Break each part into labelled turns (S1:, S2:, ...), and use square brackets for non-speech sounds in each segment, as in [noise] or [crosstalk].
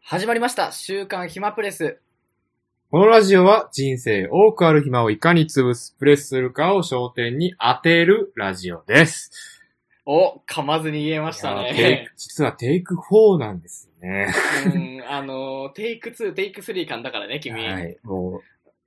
S1: 始まりました。週刊暇プレス。
S2: このラジオは人生多くある暇をいかに潰す、プレスするかを焦点に当てるラジオです。
S1: お、噛まずに言えました
S2: いやテイ
S1: ね。
S2: ク実はテイク4なんですね。
S1: うん、あの、テイク2、テイク3感だからね、君。 [laughs]
S2: はい。もう、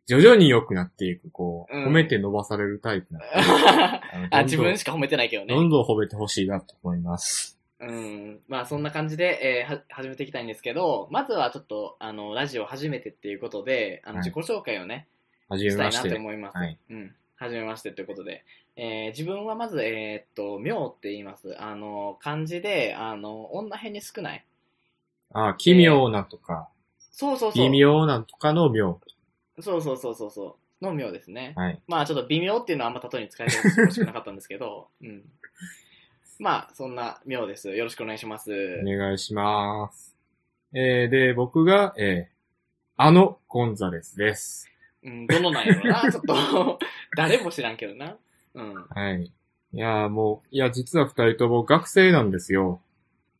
S2: 徐々に良くなっていく、こう、
S1: うん
S2: 褒めて伸ばされるタイプなのでの
S1: [laughs] あ、
S2: どん
S1: 自
S2: どん
S1: 分しか褒めてないけど
S2: ど
S1: ね。
S2: んどん褒めてほしいなと思います。
S1: うん。まあ、そんな感じで、えーは始めていきたいんですけど、まずはちょっと、あの、ラジオ初めてっていうことで、あの、
S2: はい
S1: 自己紹介をね、
S2: はじめ
S1: した
S2: ま
S1: いな
S2: し
S1: と
S2: て。
S1: 思います。
S2: はい。
S1: うん。はじめましてということで。えー自分はまず、えーっと、妙って言います。あの、漢字で、あの、女変に少ない。
S2: あ、奇妙なとか、
S1: そうそうそう。
S2: 微妙なとかの妙。
S1: そうそうそうそうそう。の妙ですね。
S2: はい。
S1: まあちょっと微妙っていうのはあんま例えに使えてほしくなかったんですけ
S2: [laughs]
S1: ど、うん。まあそんな妙です。よろしくお願いします。
S2: お願いします。えー、で、僕が、えー、あの、ゴンザレスです。
S1: うん、どのなんやろ
S2: [laughs]
S1: な、ちょっと、誰も知らんけどな。うん。
S2: はい。いやーもう、いや、実は二人とも学生なんですよ。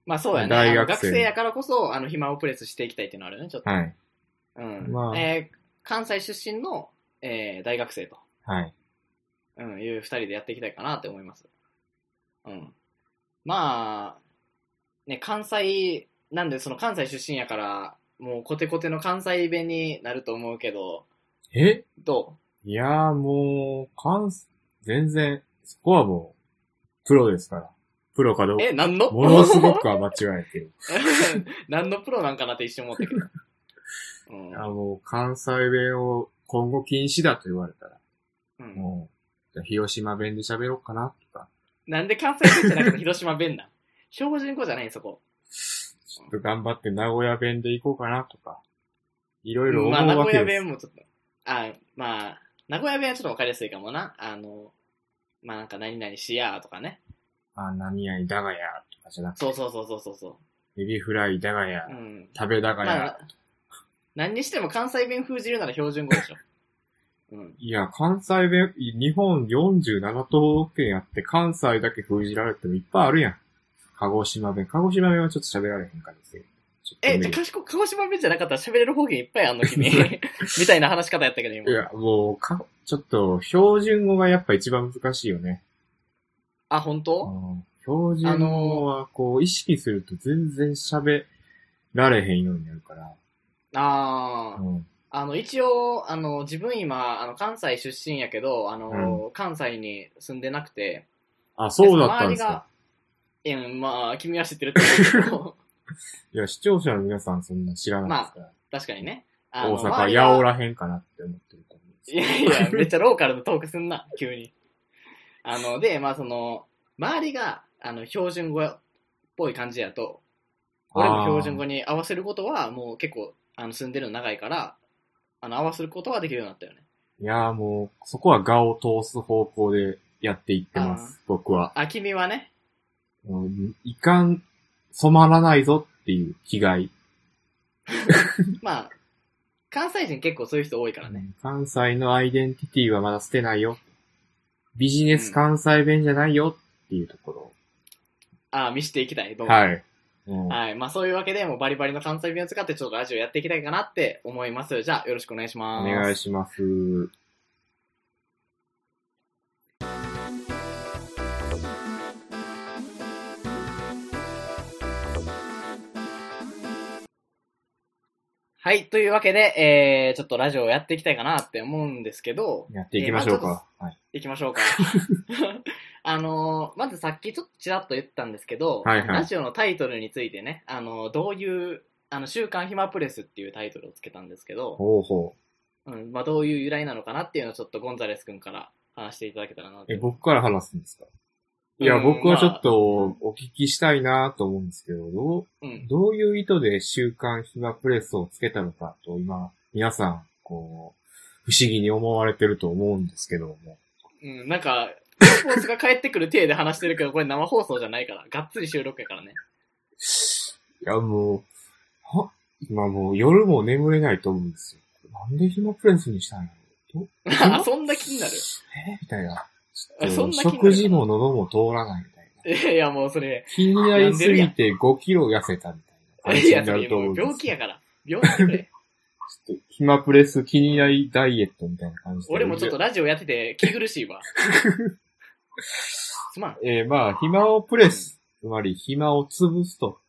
S1: まあそうやね。
S2: 大学生
S1: あの学生やからこそ、あの、暇をプレスしていきたいっていうのあるよね、ちょっと。
S2: はい。
S1: うん。
S2: まあ
S1: えー関西出身の、えー大学生と、
S2: はい。
S1: うん、いう二人でやっていきたいかなって思います。うん。まあ、ね、関西、なんでその関西出身やから、もうコテコテの関西弁になると思うけど、
S2: え
S1: ど
S2: いやーもう、関西、全然、そこはもう、プロですから。プロかどう
S1: う
S2: か。
S1: え、何の
S2: ものすごくは間違えてる。 [laughs]
S1: 何のプ [laughs] ロなんかなって一瞬思ったけど。うん
S2: あもう、関西弁を今後禁止だと言われたら、
S1: うん、
S2: もう、じゃあ広島弁で喋ろうかな、とか。
S1: なんで関西弁じゃなくて広島弁なん [laughs] 兵庫人語じゃないそこ。
S2: ちょっと頑張って名古屋弁で行こうかな、とか。いろいろ思う
S1: まあ、名
S2: わ
S1: 古
S2: け
S1: 屋
S2: です。
S1: 弁もちょっと、あ、まあ、名古屋弁はちょっとわかりやすいかもな。あの、まあなんか何々しやーとかね。
S2: あ、何々だがや、とかじゃなくて、
S1: そうそうそうそうそうそ
S2: エビフライだがや
S1: う。う、ん。
S2: 食べだがや
S1: ま、あ、何にしても関西弁封じるなら標準語でしょ。うん。
S2: いや、関西弁、日本47都道府県あって、関西だけ封じられてもいっぱいあるやん。鹿児島弁。鹿児島弁はちょっと喋られへんからですよ。ちょっと
S1: え、
S2: ね
S1: じゃあ、かしこ、鹿児島弁じゃなかったら喋れる方言いっぱいあ
S2: [laughs]
S1: んの、君。 [laughs] みたいな話し方やったけど、今。
S2: いや、もう、か、ちょっと、標準語がやっぱ一番難しいよね。
S1: あ、本
S2: う
S1: 当？
S2: ん標準語は、こう、意識すると全然喋られへんようになるから。
S1: ああ。
S2: うん。
S1: あの、一応、あの、自分今、あの、関西出身やけど、あの、関西に住んでなくて。
S2: あ、そうだったんですか。
S1: 周りが、うん、まあ、君は知ってると思うけど、 [laughs]
S2: いや、視聴者の皆さんそんな知らないですから。
S1: 確かにね。あの
S2: 大阪、
S1: 周りが
S2: 八尾らへんかなって思ってると思うんです
S1: いやいや、めっちゃローカルのトークすんな、急に。あの、で、まあその、周りが、あの、標準語っぽい感じやと、俺も標準語に合わせることは、もう結構、あの、住んでるの長いから、あの、合わせることはできるようになったよね。
S2: いやーもう、そこは我を通す方向でやっていってます、僕は。
S1: あ、君はね、
S2: うんいかん、染まらないぞっていう気概。
S1: まあ、関西人結構そういう人多いからね。
S2: 関西のアイデンティティはまだ捨てないよ。ビジネス関西弁じゃないよっていうとこ
S1: あ、見していきたい、どう
S2: ろ。
S1: も。
S2: はい。うん
S1: はい。まあそういうわけで、もうバリバリの関西弁を使って、ちょっとラジオやっていきたいかなって思います。じゃあ、よろしくお願いし
S2: お
S1: ます。
S2: 願いします。
S1: はい。というわけで、えー、ちょっとラジオをやっていきたいかなって思うんですけど、
S2: やっていきましょう
S1: えーまあちょっ
S2: か。はい。
S1: いきましょうか。 [laughs] あのーまずさっきちょっとちらっと言ったんですけど、
S2: はいはい
S1: ラジオのタイトルについてね、あのーどういう、あの、週刊暇プレスっていうタイトルをつけたんですけど、
S2: ほうほ
S1: うん、まあ、どういう由来なのかなっていうのをちょっとゴンザレス君から話していただけたらなっ
S2: う。え、
S1: て。
S2: 僕から話すんですかいや、
S1: うん
S2: 僕はちょっとお聞きしたいなと思うんですけど、どう
S1: うん。
S2: どういう意図で週刊暇プレスをつけたのかと今、皆さん、こう、不思議に思われてると思うんですけども。
S1: うん、なんか、スポーツが帰ってくる体で話してるけど、これ生放送じゃないから、がっつり収録やからね。
S2: いや、もう、は、今もう夜も眠れないと思うんですよ。なんで暇プレスにしたんやろど
S1: あ、 [laughs] そんな気になる。
S2: えみたいな。
S1: えそんな気になる
S2: 食事も喉も通らないみたいな。
S1: いや、もうそれ、
S2: 気になりすぎて5キロ痩せたみたいな。配
S1: い
S2: 信
S1: や、
S2: に
S1: そ
S2: な
S1: れ
S2: ると思
S1: も
S2: うん
S1: う
S2: です
S1: 病気やから。病気くれ。
S2: ちょっと暇プレス気にないダイエットみたいな感じで。
S1: 俺もちょっとラジオやってて気苦しいわ。すまん。
S2: えー、まあ、暇をプレス。つまり、暇を潰すと。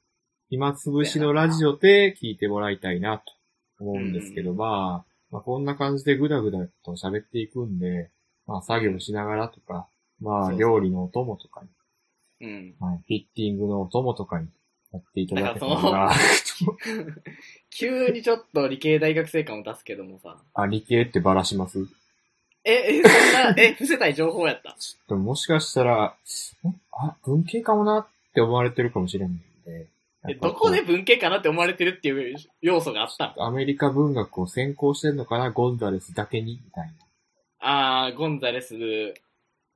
S2: 暇潰しのラジオで聞いてもらいたいな、と思うんですけど、まあ、まあ、こんな感じでぐだぐだと喋っていくんで、まあ、作業しながらとか、ま
S1: そう
S2: あ、
S1: そう
S2: 料理のお供とかに、
S1: うん。 [laughs]
S2: はい、ヒッティングのお供とかにやっていただけた
S1: だから
S2: ら、
S1: 急にちょっと理系大学生感を出すけどもさ。
S2: [laughs] あ、理系ってばらします
S1: え、え、そんな、え、伏せたい情報やった。
S2: でももしかしたら、んあ、文系かもなって思われてるかもしれないんで。
S1: え、
S2: やっぱ
S1: どこで文系かなって思われてるっていう要素があった
S2: アメリカ文学を専攻してんのかなゴンザレスだけにみたい
S1: あー、ゴンザレス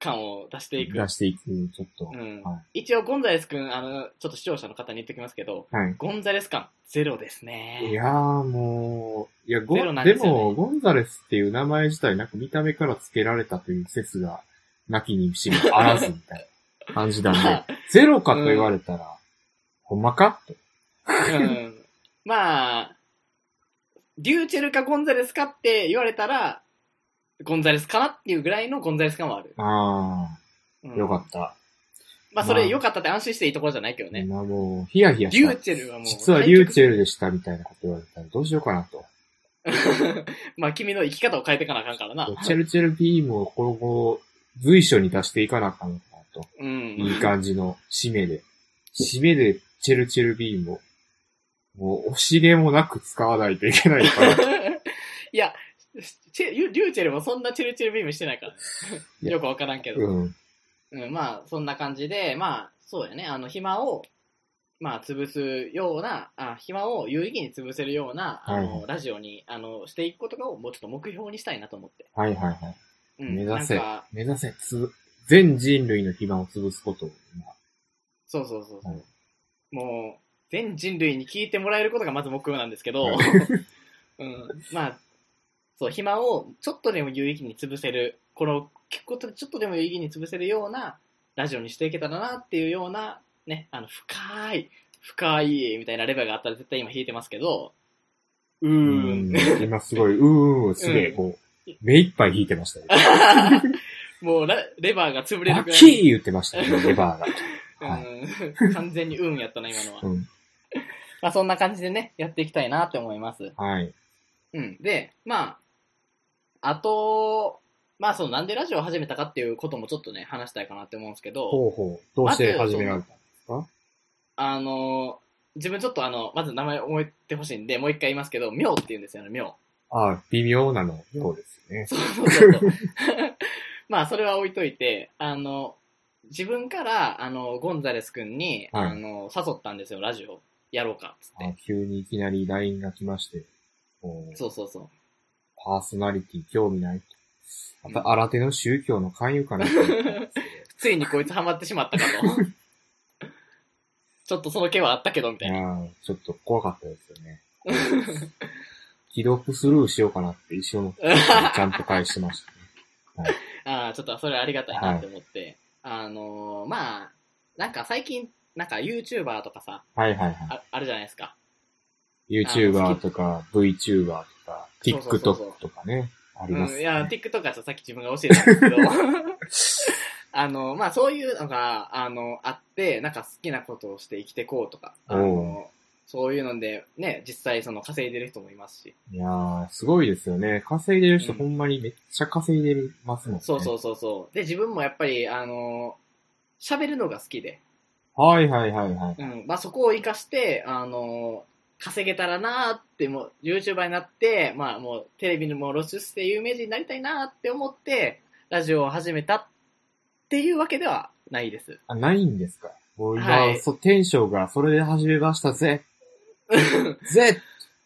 S1: 感を出していく
S2: な。出。していく、ちょっと。
S1: うん
S2: は
S1: 一応、ゴンザレス君、あの、ちょっと視聴者の方に言っておきますけど、
S2: い。はい。
S1: ゴンザレス感、ゼロですね。
S2: いやーもう、いや、ゴ
S1: ゼロ
S2: ン
S1: なん
S2: で
S1: ですよね
S2: も、ゴンザレスっていう名前自体、なんか見た目から付けられたという説が、なきにしもあらずみたいな感じなん
S1: ま
S2: で
S1: あ、
S2: ゼロかと言われたら、ほんまかって。
S1: うんまあ、リューチェルかゴンザレスかって言われたら、ゴンザレスかなっていうぐらいのゴンザレス感はある。
S2: あ
S1: うん
S2: ー、よかった。
S1: まあ、それ良かったって安心していいところじゃないけ [laughs] どね。
S2: 今もう、ヒヤヒヤ
S1: リ
S2: し
S1: ュ
S2: た
S1: ー。チェルはもう。
S2: 実はリューチェルでしたみたいなこと言われたらどうしようかなと。
S1: ル。まあ、君の生き方を変えていかなあかんからな。
S2: チェルチェルビームを今後随所に出していかなあかんのかなと。
S1: う
S2: いい
S1: ん。
S2: 感じの締めで。締めでチェルチェルビームを、もう惜しげもなく使わないといけないから。
S1: [laughs]
S2: い
S1: [laughs] いや、チェリューチェルもそんなチェルチェルビームしてないから。
S2: や
S1: よくわからんけど。
S2: うん。
S1: うん、まあ、そんな感じで、まあ、そうやね、あの、暇を、まあ、潰すような、あ、暇を有意義に潰せるような、あの、
S2: はいは
S1: ラジオに、あの、していくことを、もうちょっと目標にしたいなと思って。
S2: はいはいはい。
S1: うん、
S2: 目指せ
S1: なんか、
S2: 目指せ、つ、全人類の暇を潰すことを今
S1: そうそうそうそう、
S2: はい
S1: もう、全人類に聞いてもらえることがまず目標なんですけど、
S2: は
S1: [laughs] うん、まあ、そう、暇をちょっとでも有意義に潰せる、この、聞くことでちょっとでも有意義に潰せるような、ラジオにしていけたらなっていうような、ね、あの、深い、深い、みたいなレベルがあったら絶対今弾いてますけど、うー。
S2: うんん今すごい、うーんをすげ
S1: う
S2: え、
S1: ん
S2: こう、目いっぱい引いてましたね。
S1: もうラ、レバーが潰れ
S2: バ
S1: るぐら
S2: キー
S1: い。
S2: 言ってましたね、レバーが。はい。
S1: うん、完全にうんやったな、今のは
S2: う。ん。
S1: まあ、そんな感じでね、やっていきたいなって思います。
S2: はい。
S1: うん。で、まあ、あと、まあ、その、なんでラジオを始めたかっていうこともちょっとね、話したいかなって思うんですけど、
S2: ほうほう。どうして始められた
S1: あの、自分ちょっとあの、まず名前覚えてほしいんで、もう一回言いますけど、妙って言うんですよね、
S2: [laughs]
S1: 妙。
S2: ああ、微妙なの、ようですね。
S1: そうそうそう [laughs] そう。まあ、それは置いといて、あの、自分から、あの、ゴンザレス君に、
S2: はい
S1: あの、誘ったんですよ、ラジオ、やろうか、つっ
S2: あ
S1: て。
S2: 急にいきなり LINE が来まして、こう
S1: そうそうそう。
S2: パーソナリティ興味ないと。ま
S1: うん
S2: た、新手の宗教の勧誘か
S1: [laughs]
S2: なと思ったんですけ
S1: ついにこいつハマってしまったかと。
S2: [laughs]
S1: ちょっとその気はあったけど、みた
S2: ど、
S1: い
S2: い
S1: な。
S2: やーちょっと怖かったですよね。既読スルーしようかなって一瞬思
S1: [laughs]
S2: って、ちゃんと返してましたね。
S1: ああ、ちょっとそれありがたいなって思って。あのーまあ、なんか最近、なんか YouTuber とかさ、
S2: はいはいはい。
S1: ああるじゃないですか。
S2: YouTuber とか VTuber とか
S1: そうそうそうそう
S2: TikTok とかね、あり
S1: う
S2: ま
S1: ん、
S2: す
S1: い
S2: ね。
S1: や、TikTok はちょっとさっき自分が教えたんですけど、
S2: [laughs]
S1: あの、まあ、そういうのが、あの、あって、なんか好きなことをして生きてこうとか、あの、そういうので、ね、実際その稼いでる人もいますし、
S2: いやー、すごいですよね。稼いでる人、
S1: うん
S2: ほんまにめっちゃ稼いでますもんね。
S1: そうそうそうそう。で、自分もやっぱり、あの、喋るのが好きで、
S2: はいはいはいはい。
S1: うん、まあ、そこを活かして、あの稼げたらなーって、もう YouTuber になって、まあもうテレビにも露出して有名人になりたいなーって思って、ラジオを始めたっていうわけではないです。 [laughs]
S2: あ、ないんですかもう今、
S1: はい
S2: そテンションがそれで始めましたぜ。ぜって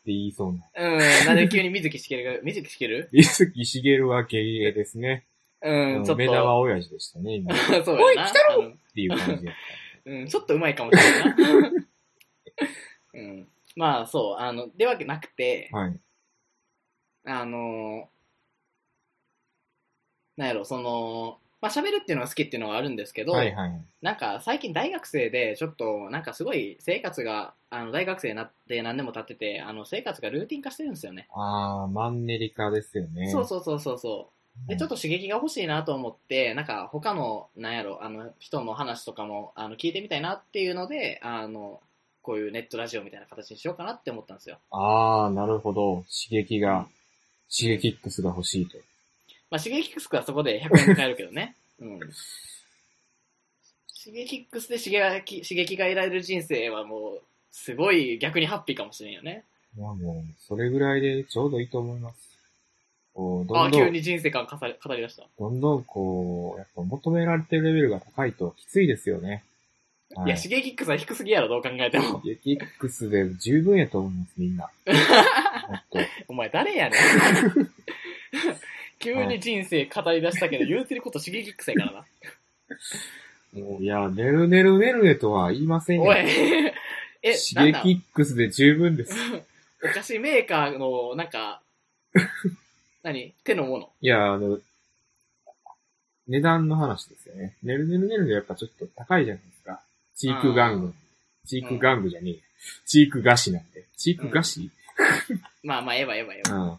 S2: 言いそうな。
S1: うん、なんで急に水木しげるが、水木しげる
S2: 水木しげるはゲゲゲですね。
S1: う
S2: あ
S1: ん、
S2: の
S1: ちょっ
S2: 目玉
S1: と。
S2: 親父でしたね、今。っ
S1: [laughs] そう
S2: お
S1: や
S2: い
S1: な
S2: 来
S1: うん
S2: ていう感じで。
S1: うん、ちょっとうまいかもしれないな。 [laughs] うん、まあそう、あの、ではなくて、
S2: はい。
S1: あのーなんやろ、その、まあ喋るっていうのが好きっていうのがあるんですけど、
S2: はいはい。
S1: なんか最近大学生でちょっとなんかすごい生活があの大学生になって何年も経っててあの生活がルーティン化してるんですよね、
S2: あー、マンネリ化ですよね。
S1: そうそうそうそうそうでちょっと刺激が欲しいなと思ってなんか他のなんやろあの人の話とかもあの聞いてみたいなっていうのであのこういうネットラジオみたいな形にしようかなって思ったんですよ、
S2: あー、なるほど。刺激が、シゲキックスが欲しいと。
S1: まあ、シゲキックスはそこで100円使えるけど
S2: [laughs]
S1: ね。うん。シゲキックスで刺激刺激が得られる人生はもう、すごい逆にハッピーかもしれんよね。
S2: いやもう、それぐらいでちょうどいいと思います。こう、ど
S1: あ、
S2: んど
S1: 急
S2: ん、
S1: に人生観語り語り出した。
S2: どんどんこう、やっぱ求められてるレベルが高いときついですよね。はい
S1: や、シゲキックスは低すぎやろ、どう考えても。
S2: シゲキックスで十分やと思います、み
S1: [laughs]
S2: んな。もっと。
S1: お前誰やねん。 [laughs] 急に人生語り出したけど、言うてることシゲキックスやからな。
S2: [laughs] もういや、ねるねるねるねとは言いませんよ
S1: おい。。 [laughs] え、な
S2: シ
S1: ん
S2: ゲ
S1: なん
S2: キックスで十分です。
S1: [laughs] お菓子メーカーの、なん
S2: [laughs]
S1: か、何手のもの。
S2: いや、あの、値段の話ですよね。ねるねるねるねやっぱちょっと高いじゃないですか。チーク玩
S1: う
S2: 具
S1: ん。
S2: チーク玩具じゃねえや。チーク菓子なんで。チーク菓子、
S1: まあまあ、ええわ、ええわ、ええわ。
S2: うん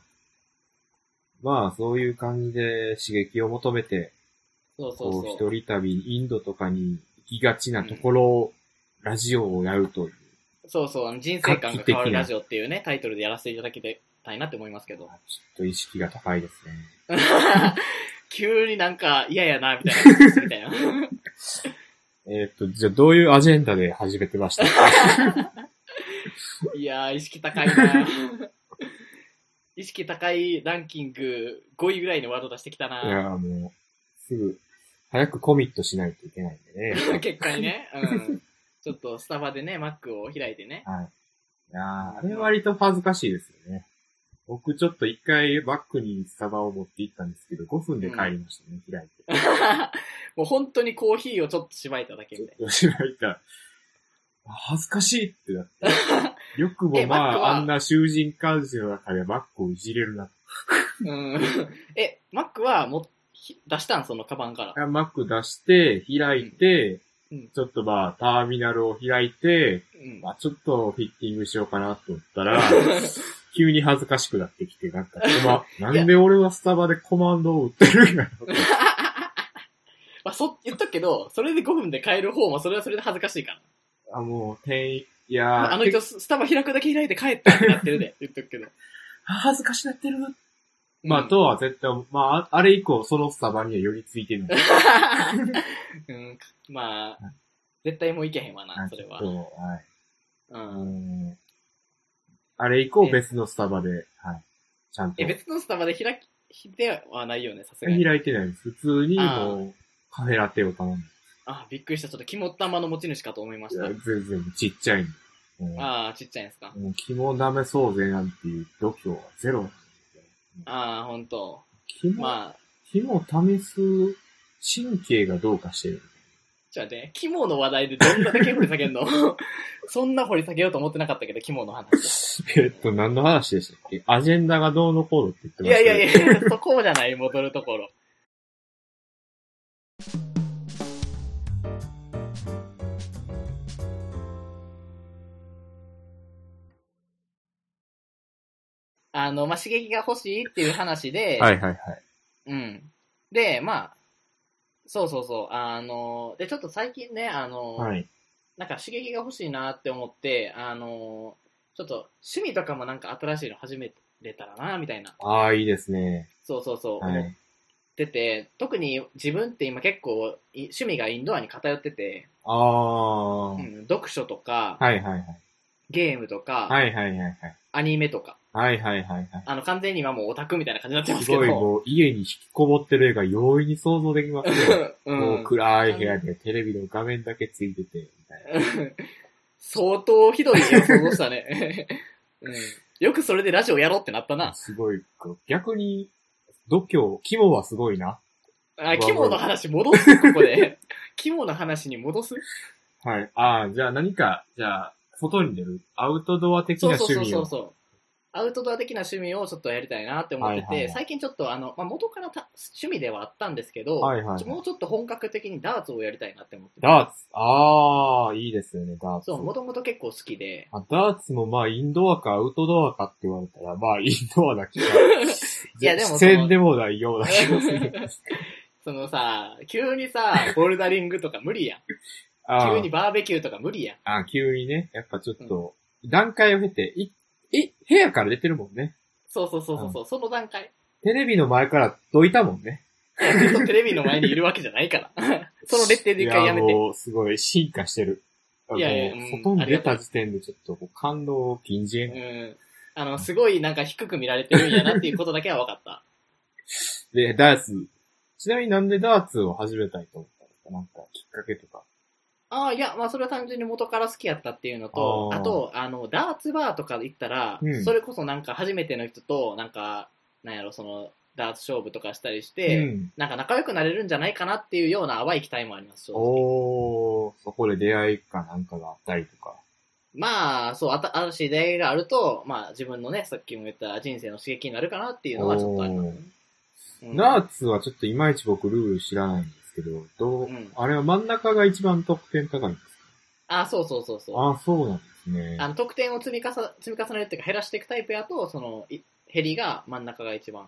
S2: まあ、そういう感じで刺激を求めて、
S1: そうそう
S2: こ
S1: そう
S2: う、。一人旅、インドとかに行きがちなところを、ラジオをやるという。
S1: そうそう、あの人生観が変わるラジオっていうね、タイトルでやらせていただきたいなって思いますけど
S2: [laughs] ちょ。っと意識が高いですね。
S1: 急になんか嫌やな、みたいな話みたいな。 [laughs]
S2: えーっと、じゃあどういうアジェンダで始めてました
S1: [laughs] いやー、意識高いな。意識高いランキング5位ぐらいのワード出してきた
S2: い
S1: な。
S2: や、もう、すぐ、早くコミットしないといけないんでね。
S1: 結果にね、うん。ちょっとスタバでね、Mac を開いて
S2: [laughs]
S1: ね。
S2: はい。いやーあれ割と恥ずかしいですよね。僕ちょっと一回バックにスタバを持って行ったんですけど、5分で帰りましたね、開いて。
S1: もう本当にコーヒーをちょっとしばいただけ
S2: ちょ
S1: み
S2: った
S1: い
S2: としないた。あ恥ずかしいって
S1: [laughs]
S2: なって。よくも
S1: え
S2: ま
S1: マック
S2: あ、
S1: は
S2: あんな囚人監視の中でマックをいじれるな。
S1: な。うん。え、Mac はもうひ出したんそのカバンから。
S2: マック出して、開いて、
S1: うんうん
S2: ちょっとまあ、ターミナルを開いて、
S1: うん。
S2: まあ、ちょっとフィッティングしようかなと思った
S1: [laughs]
S2: ら、急に恥ずかしくなってきて、なんか、ま、なんで俺はスタバでコマンドを打ってるんやろ。
S1: [laughs] まあ、そ、言っとくけど、それで5分で帰る方もそれはそれで恥ずかしいから。
S2: あ、もう、店員、い
S1: あ
S2: やー
S1: の人、スタバ開くだけ開いて帰ったってなってる
S2: [laughs]
S1: で、言っとくけど。
S2: あ恥ずかしなってる。まあ、
S1: うん
S2: とは絶対、まあ、あれ以降、そのスタバには寄りついてな
S1: [laughs]
S2: い。
S1: [laughs] うん、まあ、絶対もういけへんわな、それは。
S2: そう、はい。
S1: う
S2: あ
S1: ん。
S2: のあれ以降別のスタバで、はい。ちゃんと。
S1: え、別のスタバで開き、ではないよね、さすがに。
S2: 開いてないです。普通に
S1: あー
S2: もう、カフェラテを頼んで。
S1: あ、びっくりした。ちょっと肝っ玉の持ち主かと思いました。
S2: 全然ちっちゃいの。も
S1: ああ、ちっちゃいんですか。
S2: う、もう肝ダメそうぜなんていう度胸はゼロ。
S1: ああ、ほんと。
S2: 肝、
S1: まあ、
S2: 肝試す神経がどうかしてる。
S1: ちょっと待って、肝の話題でどんだけ掘り下げんの [laughs] そんな掘り下げようと思ってなかったけど、肝の話。
S2: えっと、何の話でしたっけアジェンダがどうのこうのって言って
S1: い
S2: ました
S1: や
S2: け
S1: い
S2: ど
S1: やいや、そこじゃない、戻るところ。あの、まあ、刺激が欲しいっていう話で、
S2: はいはいはい。
S1: うん。で、まあ、そうそうそう、あの、で、ちょっと最近ね、あの、
S2: はい。
S1: なんか刺激が欲しいなって思って、あの、ちょっと趣味とかもなんか新しいの始めれたらな、みたいな、
S2: ああ、いいですね。
S1: そうそうそう、
S2: は
S1: 思っ
S2: い。
S1: てて、特に自分って今結構い趣味がインドアに偏ってて、
S2: ああ、
S1: う
S2: はい
S1: ん、読書とか、
S2: はいはい。
S1: ゲームとか、
S2: はいはいはいはい。
S1: アニメとか、
S2: はいはいはいは
S1: あの完全に今もうオタクみたいな感じになってま
S2: い。
S1: す
S2: す
S1: け
S2: ごい
S1: ど、
S2: もう家に引きこもってる絵が容易に想像できますね。
S1: [laughs] う、
S2: もうん暗い部屋でテレビの画面だけついてて、みたいな。
S1: [laughs] 相当ひどい予想したね、 [laughs] うん。よくそれでラジオやろうってなったな。
S2: すごい、こう逆に、度胸、肝はすごいな。
S1: あ、肝の話戻すここで。 [laughs] 肝の話に戻す
S2: はい。ああ、じゃあ何か、じゃあ、外に出る、アウトドア的
S1: そ
S2: な
S1: うそう
S2: 趣
S1: そう
S2: 味
S1: そ
S2: を
S1: う。そう。アウトドア的な趣味をちょっとやりたいなって思ってて、
S2: はいはいはい
S1: 最近ちょっとあの、まあ、元からた趣味ではあったんですけど、
S2: はいはいはい
S1: もうちょっと本格的にダーツをやりたいなって思ってて
S2: ダーツ。ああ、いいですよね、ダーツ。
S1: そう、もともと結構好き
S2: [laughs]
S1: で、
S2: あダーツもまあ、インドアかアウトドアかって言われたら、まあ、インドアな気が。
S1: [laughs] いやでもその
S2: 視線でもないような気が
S1: [laughs]
S2: する。
S1: そのさ、急にさ、ボルダリングとか無理やん。
S2: あ
S1: 急
S2: ー
S1: にバーベキューとか無理やん。
S2: あー、急にね。やっぱちょっと、段階を経て、い、い、部屋から出てるもんね。
S1: そうそうそうそうそう、その段階。
S2: テレビの前からどいたもんね。
S1: ずっとテレビの前にいるわけじゃない
S2: [laughs]
S1: から。その列点で一回やめ
S2: い
S1: て。
S2: もうすごい進化してる。
S1: いやいや
S2: あの
S1: うん
S2: 外に出た時点でちょっとこう感動を禁じえん
S1: うん。あの、すごいなんか低く見られてるんやなっていうことだけは分かった。
S2: で、ダーツ。ちなみになんでダーツを始めたいと思ったんですかなんかきっかけとか。
S1: ああ、いや、まあそれは単純に元から好きやったっていうのと、
S2: あ
S1: あ
S2: ー
S1: と、あの、ダーツバーとか行ったら、
S2: うん
S1: それこそなんか初めての人と、なんか、なんやろ、その、ダーツ勝負とかしたりして、
S2: うん。
S1: なんか仲良くなれるんじゃないかなっていうような淡い期待もあります、正直
S2: おー、そこで出会いかなんかがあったりとか。
S1: まあ、そう、あた新しい出会いがあると、まあ自分のね、さっきも言った人生の刺激になるかなっていうのはちょっとありますね。うん
S2: ダーツはちょっといまいち僕ルール知らないんですけど、どう、
S1: うん
S2: あれは真ん中が一番得点高いんです
S1: あ、そうそうそうそう。
S2: かあ、そうなんですね。
S1: あの得点を積み重積み重ねるっていうか減らしていくタイプやとそのい減りが真ん中が一番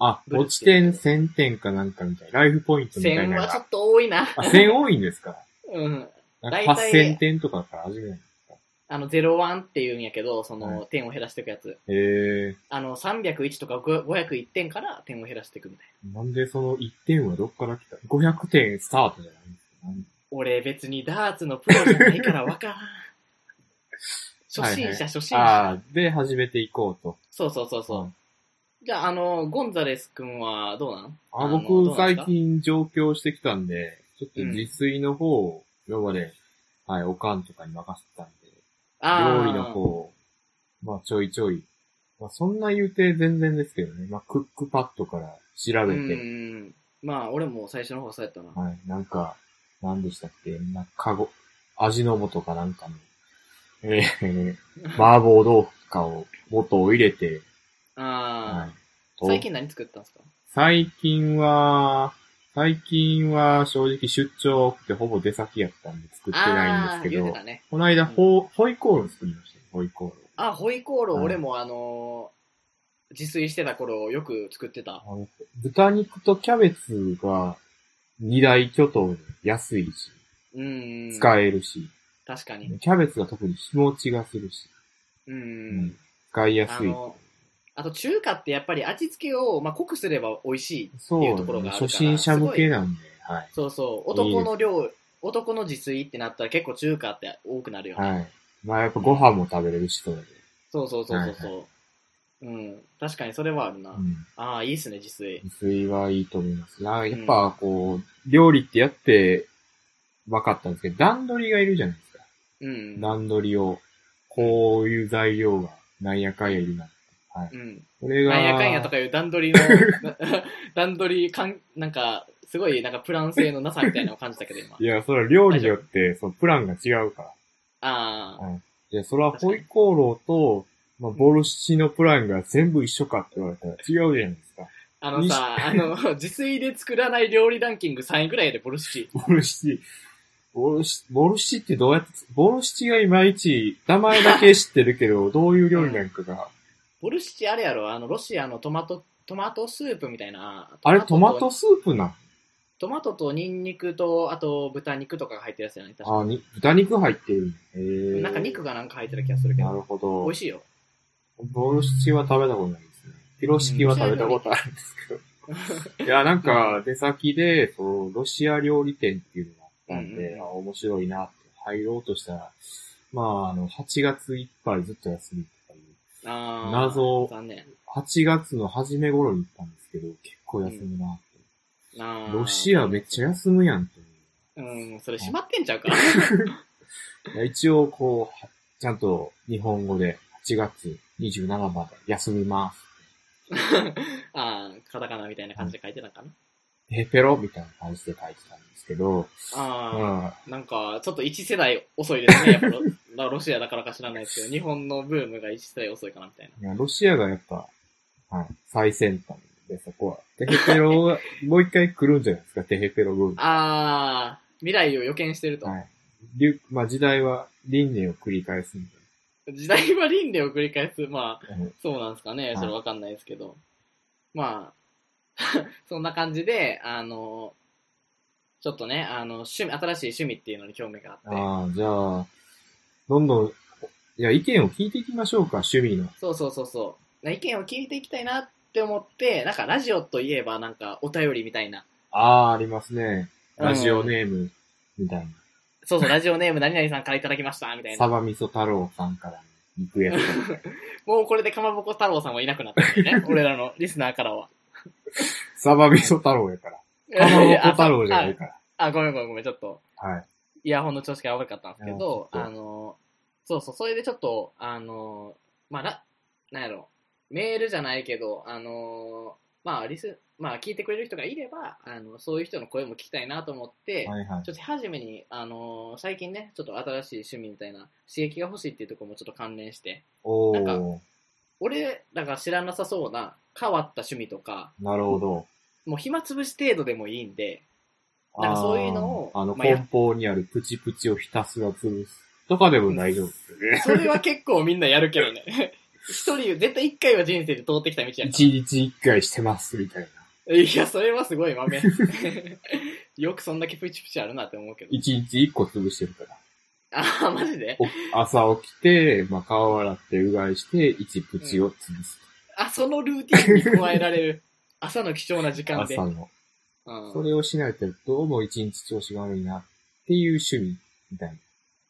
S2: あ、
S1: ブルー
S2: 落ち点1000点かなんかみたいな。ライフポイントみたい
S1: 線
S2: なの
S1: はちょ
S2: が。
S1: っと多いな、
S2: あ、1000多いんですか
S1: うん、
S2: なんか
S1: 大体
S2: 8000点とかから始めない。
S1: あの01っていうんやけどその、
S2: は
S1: 点を減らしていくやつ
S2: へえ。
S1: あの301とか5 501点から点を減らしていくみたいな
S2: なんでその1点はどっから来た ?500 点スタートじゃないんですかなん
S1: 俺別にダーツのプロじゃないからわからん
S2: [laughs]
S1: 初
S2: はい
S1: 心
S2: はい
S1: 者初心者、
S2: ああ、で、始めていこうと。
S1: そうそうそうそう、
S2: うん
S1: じゃああのゴンザレス君はどうなん
S2: あ、
S1: のど
S2: 僕、
S1: うなんです
S2: 最
S1: か
S2: 近上京してきたんで、ちょっと
S1: うん
S2: 自炊の方を、今まで、はい、おかんとかに任せてたんで、
S1: あー
S2: 料理の方を、まあ、ちょいちょい。まあ、そんな言うて全然ですけどね。まあ、クックパッドから調
S1: う
S2: べて、
S1: んまあ俺も最初の方そうやったな
S2: はい、なんか、何でしたっけなんか、かご、味の素かなんかの、えー、
S1: [laughs]
S2: 麻婆豆腐とかを、元を入れて、
S1: あー、
S2: はい。と
S1: 最近何作ったんですか
S2: 最近は、最近は正直出張多くてほぼ出先やったんで作ってないんですけ
S1: あー言う
S2: ど
S1: て、たね。
S2: この間、
S1: うん
S2: ホイホイコーロー作りましたよ。ホイコーロー。
S1: あ、ホイコーロー、
S2: はい
S1: 俺もあのー自炊してた頃よく作ってた。
S2: あの豚肉とキャベツが二大巨頭で安いし、
S1: うん。
S2: 使えるし、
S1: 確かに。
S2: キャベツが特に日持ちがするし、
S1: うん。
S2: うん使いや
S1: あ
S2: すい。
S1: の、あと中華ってやっぱり味付けを、まあ、濃くすれば美味しい。
S2: そう
S1: っていうところがあるから
S2: 初心者向けなんで、はい。
S1: そうそう。男の量、男の自炊ってなったら結構中華って多くなるよね。
S2: はい。まあやっぱご飯も食べれるし、それで。
S1: そうそうそうそうそう。うん。確かにそれはあるな。
S2: うん
S1: ああ、いいっすね、自炊。
S2: 自炊はいいと思います。なやっぱこう、料理ってやって分かったんですけど、段取りがいるじゃないですか。
S1: うん。
S2: 段取りを、こういう材料が、なんやかんやいるな。
S1: うん。
S2: これが、
S1: なんやかんやとかいう段取りの、 [laughs] な段取りかん、なんか、すごい、なんかプラン性のなさみたいなのを感じたけど、今
S2: い。や、それは料理によって、そのプランが違うから。
S1: ああ、
S2: いや、それはホイコーローと、まあ、ボルシチのプランが全部一緒かって言われたら違うじゃないですか。
S1: あのさ、あの、 [laughs] 自炊で作らない料理ランキング3位ぐらいやで、ボルシチ。
S2: ボルシチ、ボルシチ、ボルシチってどうやって、ボルシチがいまいち、名前だけ知ってる
S1: [laughs]
S2: けど、どういう料理なんかが、
S1: ボルシチあれやろ、あの、ロシアのトマト、トマトスープみたいな。
S2: あれ、トマ
S1: と
S2: トスープなん
S1: トマトとニンニクと、あと豚肉とかが入ってるやつじゃない確か
S2: あ、に、豚肉入ってる。へー
S1: なんか肉がなんか入ってる気がするけ
S2: な
S1: ど。
S2: るほ
S1: 美
S2: ど
S1: 味。しいよ。
S2: ボルシチは食べたことないですね。ピロシキは食べたことあるんです
S1: [laughs]
S2: けど。いや、なんか、出先で、そう、ロシア料理店っていうのがあったん
S1: うんう
S2: で、
S1: ん
S2: あ面白いなって入ろうとしたら、まあ、あの、8月いっぱいずっと休みとかいう。
S1: ああ。
S2: 謎
S1: 残念。
S2: 8月の初め頃に行ったんですけど、結構休むなって。
S1: ああ。
S2: ロシアめっちゃ休むやんって。
S1: うん、それ閉まってんちゃう
S2: [laughs]
S1: か。
S2: いや一応、こうは、ちゃんと日本語で8月27まで休みます。
S1: ああ、カタカナみたいな感じで書いてたんかな。
S2: ヘペロみたいな感じで書いてたんですけど、う
S1: あ
S2: ん。
S1: あ、なんか、ちょっと1世代遅いですね。やっぱ
S2: [laughs]
S1: ロまあロシアだからか知らないですけど、日本のブームが1世代遅いかなみたい
S2: いやロシアがやっぱ、はい、最先端で、そこは。テヘペロが [laughs] もう一回来るんじゃないですか、テヘペロブーム。
S1: な。ああ、未来を予見してると。
S2: はい。流まあ時代は輪廻を繰り返すみたいな。
S1: 時代は輪廻を繰り返す。まあ、
S2: うん
S1: そうなんですかね
S2: い。
S1: それわかんないですけど。まあ、 [laughs] そんな感じで、あの、ちょっとね、あの、趣味、新しい趣味っていうのに興味があって。
S2: ああ、じゃあ、どんどん、いや、意見を聞いていきましょうか、趣味の。
S1: そうそうそうそう。な意見を聞いていきたいなって思って、なんかラジオといえばなんかお便りみたいな。
S2: ああ、ありますね。ラジオネーム、みたい
S1: そう
S2: [laughs]
S1: そう、ラジオネーム何々さんからいただきました、みた
S2: な。
S1: い
S2: サ
S1: な。
S2: バ味噌太郎さんからのリクエスト。
S1: もうこれでかまぼこ太郎さんはいなくなったん
S2: [laughs]
S1: だよね。俺らのリスナーからは。
S2: サバ味噌太郎
S1: [laughs]
S2: やから。 [laughs] かまぼこ太郎じゃないから。
S1: あ。あ、ごめんごめんごめん、ちょっと。
S2: はい。
S1: イヤホンの調子が悪かったんですけど、
S2: うん
S1: あの、そうそう、それでちょっと、あの、まあ、らなんやろ、メールじゃないけど、あの、まあ、リス、まあ、聞いてくれる人がいれば、あの、そういう人の声も聞きたいなと思って、
S2: はいはい
S1: ちょ。っと初めに、あの最近ね、ちょっと新しい趣味みたいな刺激が欲しいっていうところもちょっと関連して、
S2: お
S1: なんか
S2: ー、
S1: 俺らが知らなさそうな変わった趣味とか、
S2: なるほど。
S1: もう暇つぶし程度でもいいんで、なんかそういうのを
S2: あーあの、
S1: まあや
S2: 梱包にあるプチプチをひたすら潰す。とかでも大丈夫ですよ
S1: [laughs]
S2: ね。
S1: それは結構みんなやるけどね。一人、絶対一回は人生で通ってきた道やか
S2: 一日一回してます、みたいな。
S1: ら。いや、それはすごい豆。 [laughs] よくそんだけプチプチあるなって思うけど。
S2: 一日一個潰してるから。
S1: あー、マジで
S2: お朝起きて、まあ、顔洗って、うがいして、一プチを潰す。
S1: あ、そのルーティンに加えられる。 [laughs] 朝の貴重な時間で。
S2: 朝の。
S1: うん
S2: それをしないと、どうも一日調子が悪いな、っていう趣味、みたいな。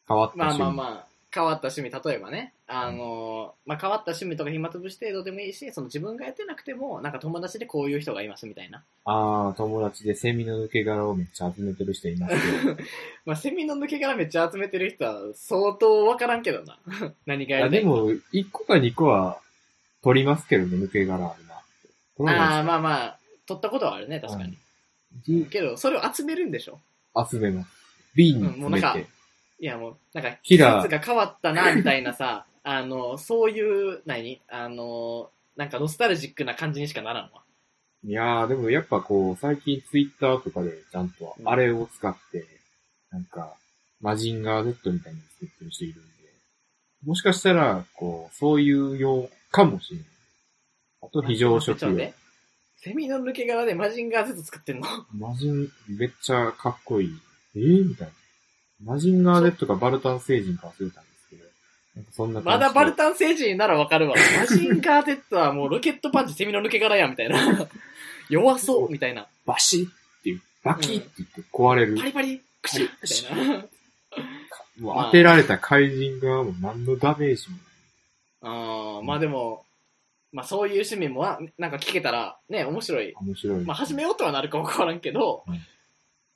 S2: 変わった
S1: まあ
S2: 趣味。
S1: まあまあ、変わった趣味、例えばね、あのーまあ変わった趣味とか暇つぶし程度でもいいし、その自分がやってなくても、なんか友達でこういう人がいますみたいな。
S2: ああ、友達でセミの抜け殻をめっちゃ集めてる人いますけど。い
S1: [laughs] まあセミの抜け殻めっちゃ集めてる人は相当わからんけどな。 [laughs] 何がや
S2: や、
S1: りた
S2: で
S1: い
S2: も、一個か二個は、取りますけどね、抜け殻は今。取らない
S1: ああ、まあまあ、取ったことはあるね、確かに。
S2: です
S1: けど、それを集めるんでしょ
S2: か。集めます。瓶に
S1: うんもうな
S2: 詰め
S1: んか
S2: て。
S1: いやもう、なんか、
S2: キ
S1: 季
S2: ラー
S1: 節が変わったな、みたいなさ、 [laughs] あの、そういう、何あの、なんかノスタルジックな感じにしかならんわ。
S2: いやー、でもやっぱこう、最近ツイッターとかでちゃんとあれを使って、なんか、マジンガー Z みたいに作ってる人いるんで、もしかしたら、こう、そういう用かもしれない。あと、非常食
S1: ちょっと待っ
S2: 用
S1: て。セミの抜け殻でマジンガー Z 作ってんの
S2: マジン、めっちゃかっこいい。えー、みたいな。マジンガー Z かバルタン星人か忘れたんですけど、なんかそんな感
S1: ま
S2: じで。
S1: だバルタン星人ならわかるわ。マジンガー Z はもうロケットパンチセミの抜け殻や、みたいな。 [laughs] 弱そう、みたいな。
S2: バシッっていう、バキッって言って壊れる。
S1: パリパリ、クシッ、みたいな。
S2: もう
S1: まあ
S2: 当てられた怪人がもう何のダメージもない。
S1: [laughs] あーまあでも、まあそういう趣味もな、なんか聞けたら、ね、面白い。
S2: 面白い。
S1: まあ始めようとはなるかわからんけど、
S2: うん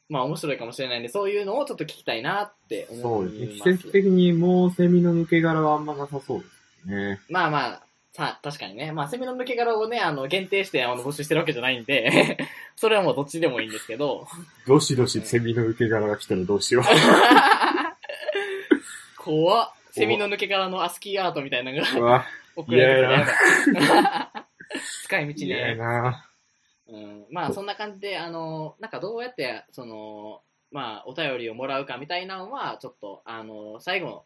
S1: まあ面白いかもしれないんで、そういうのをちょっと聞きたいなって
S2: そ
S1: 思
S2: う
S1: い
S2: ですね。季
S1: ます。
S2: 節的にもうセミの抜け殻はあんまなさそうですね。
S1: まあまあ、さ確かにね。まあ、セミの抜け殻をね、あの、限定して、あの、募集してるわけじゃないんで、 [laughs] それはもうどっちでもいいんですけ [laughs] ど、
S2: どしどしセミの抜け殻が来たらどうしよ
S1: [laughs]
S2: う。
S1: 怖っ。セミの抜け殻のアスキーアートみたいなのが
S2: うわ、
S1: 送られてきたらや [laughs] だ使い道
S2: 嫌や
S1: ね。
S2: な
S1: うん、まあ、そんな感じで、あの、なんかどうやって、その、まあ、お便りをもらうかみたいなのは、ちょっと、あの、最後の、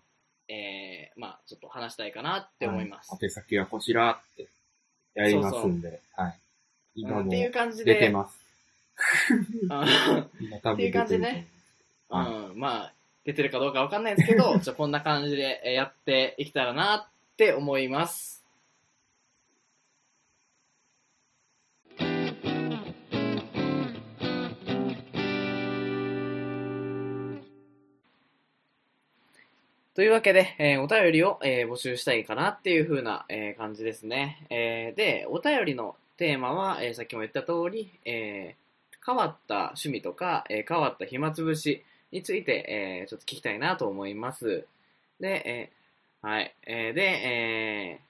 S1: えー、まあ、ちょっと話したいかなって思います。
S2: 宛先はこちらってやりますんで、はい。
S1: うん
S2: 今
S1: っ
S2: も
S1: ていう
S2: 出
S1: 感じで、
S2: てます。
S1: うん
S2: 今多分
S1: ってい
S2: 出
S1: う感
S2: て
S1: じ
S2: ると
S1: ね
S2: 思う。
S1: うん、まあ、出てるかどうかわかんないですけ [laughs] ど、じゃあこんな感じでえーやっていけたらなって思います。というわけで、えーお便りを、えー募集したいかなっていう風な、えー感じですね。えーで、お便りのテーマは、えーさっきも言った通り、えー変わった趣味とか、えー変わった暇つぶしについて、えーちょっと聞きたいなと思います。で、えーはい。えーで、えー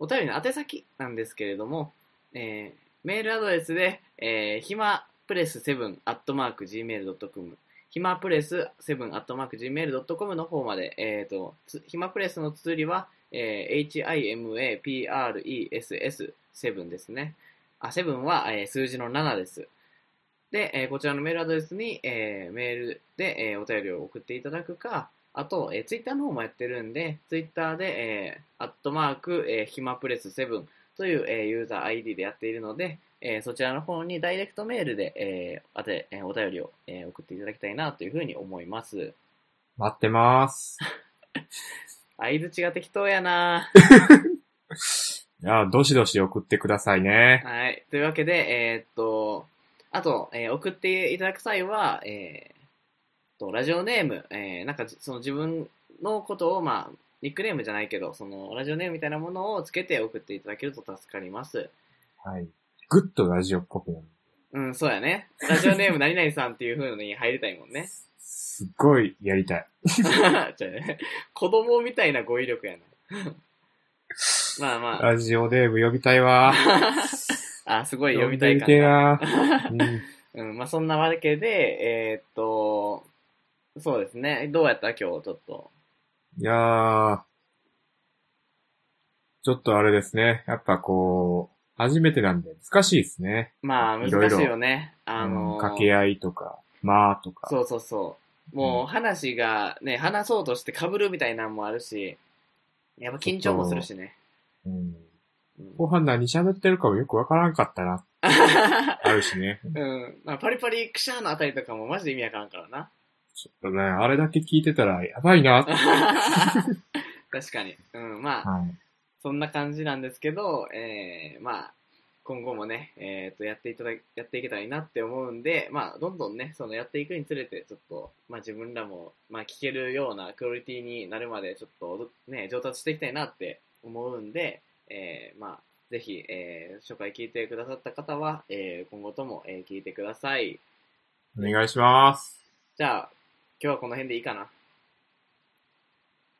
S1: お便りの宛先なんですけれども、えーメールアドレスで、えー暇プレス7アットマーク Gmail.com ひまプレス7アットマーク Gmail.com の方まで、えー、とつひまプレスの綴りは、えー、HIMAPRESS7 ですねあ7は、えー数字の7ですで、えーこちらのメールアドレスに、えーメールで、えーお便りを送っていただくかあと、えー、ツイッターの方もやってるんで、ツイッターで、えー、アットマーク、えー、ひまプレス7という、えーユーザー ID でやっているので、えーそちらの方にダイレクトメールで、えーあてえーお便りを、えー送っていただきたいなというふうに思います。
S2: 待ってます。
S1: 相槌が適当やな
S2: いや、どしどし送ってくださいね。
S1: はい。というわけで、えーっと、あと、えー送っていただく際は、えーと、ラジオネーム、えーなんかじ、その自分のことを、まあ、ニックネームじゃないけど、その、ラジオネームみたいなものをつけて送っていただけると助かります。
S2: はい。ぐっとラジオっぽくなる。
S1: うん、そうやね。ラジオネーム何々さんっていう風に入りたいもんね。 [laughs]
S2: すっごいやりたい。
S1: じゃあね子供みたいな語彙力やな。 [laughs] まあま
S2: ラジオネーム呼びたいわ。
S1: あ、あ、 [laughs] すごい読みたい
S2: 呼
S1: 感
S2: んでみてえ
S1: が。
S2: な。
S1: [laughs]
S2: うん
S1: うん、まあそんなわけで、えーっと、そうですね。どうやった今日、ちょっと。
S2: いやー、ちょっとあれですね。やっぱこう、初めてなんで難しいですね。
S1: まあ難
S2: いろいろ
S1: しいよね。あのー
S2: うん掛け合いとか、まあとか。
S1: そうそうそう。もう話がね、話そうとして被るみたいなのもあるし、やっぱ緊張もするしね。
S2: うん
S1: うん
S2: 後半何喋ってるかもよくわからんかったな。あるしね。
S1: [laughs] うん。まあパリパリクシャーのあたりとかもマジで意味わからんからな。 [laughs]
S2: ちょっとね、あれだけ聞いてたらやばいな。
S1: 確かに。うん、まあ、
S2: はい。
S1: そんな感じなんですけど、えーまあ、今後もね、えーと、やっていただ、やっていけたらいいなって思うんで、まあ、どんどんね、そのやっていくにつれて、ちょっと、まあ自分らも、まあ聞けるようなクオリティになるまで、ちょっと、ね、上達していきたいなって思うんで、えーまあ、ぜひ、えー初回聞いてくださった方は、えー今後とも、えー聞いてください。
S2: お願いします。
S1: じゃあ、今日はこの辺でいいかな。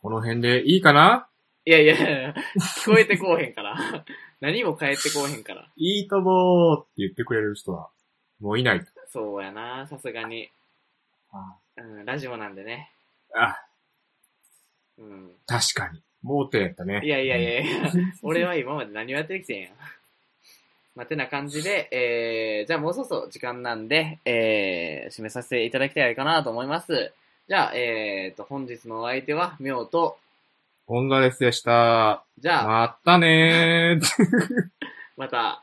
S2: この辺でいいかない
S1: やいやいや、聞こえてこうへんから。 [laughs] 何も返ってこうへんから。
S2: いいともーって言ってくれる人は、もういないと。
S1: そうやな、さすがに。うん、ラジオなんでね。
S2: あ、
S1: うん。
S2: 確かに。盲点やったね。
S1: いやいやいや
S2: [laughs]
S1: いや、俺は今まで何をやってきてんや。まあ、てな感じで、えー、じゃあもうそろそろ時間なんで、えー、締めさせていただきたいかなと思います。じゃあ、えーと、本日のお相手は、みょうと、
S2: オンガレスでした。
S1: じゃあ、
S2: まったねー。
S1: また。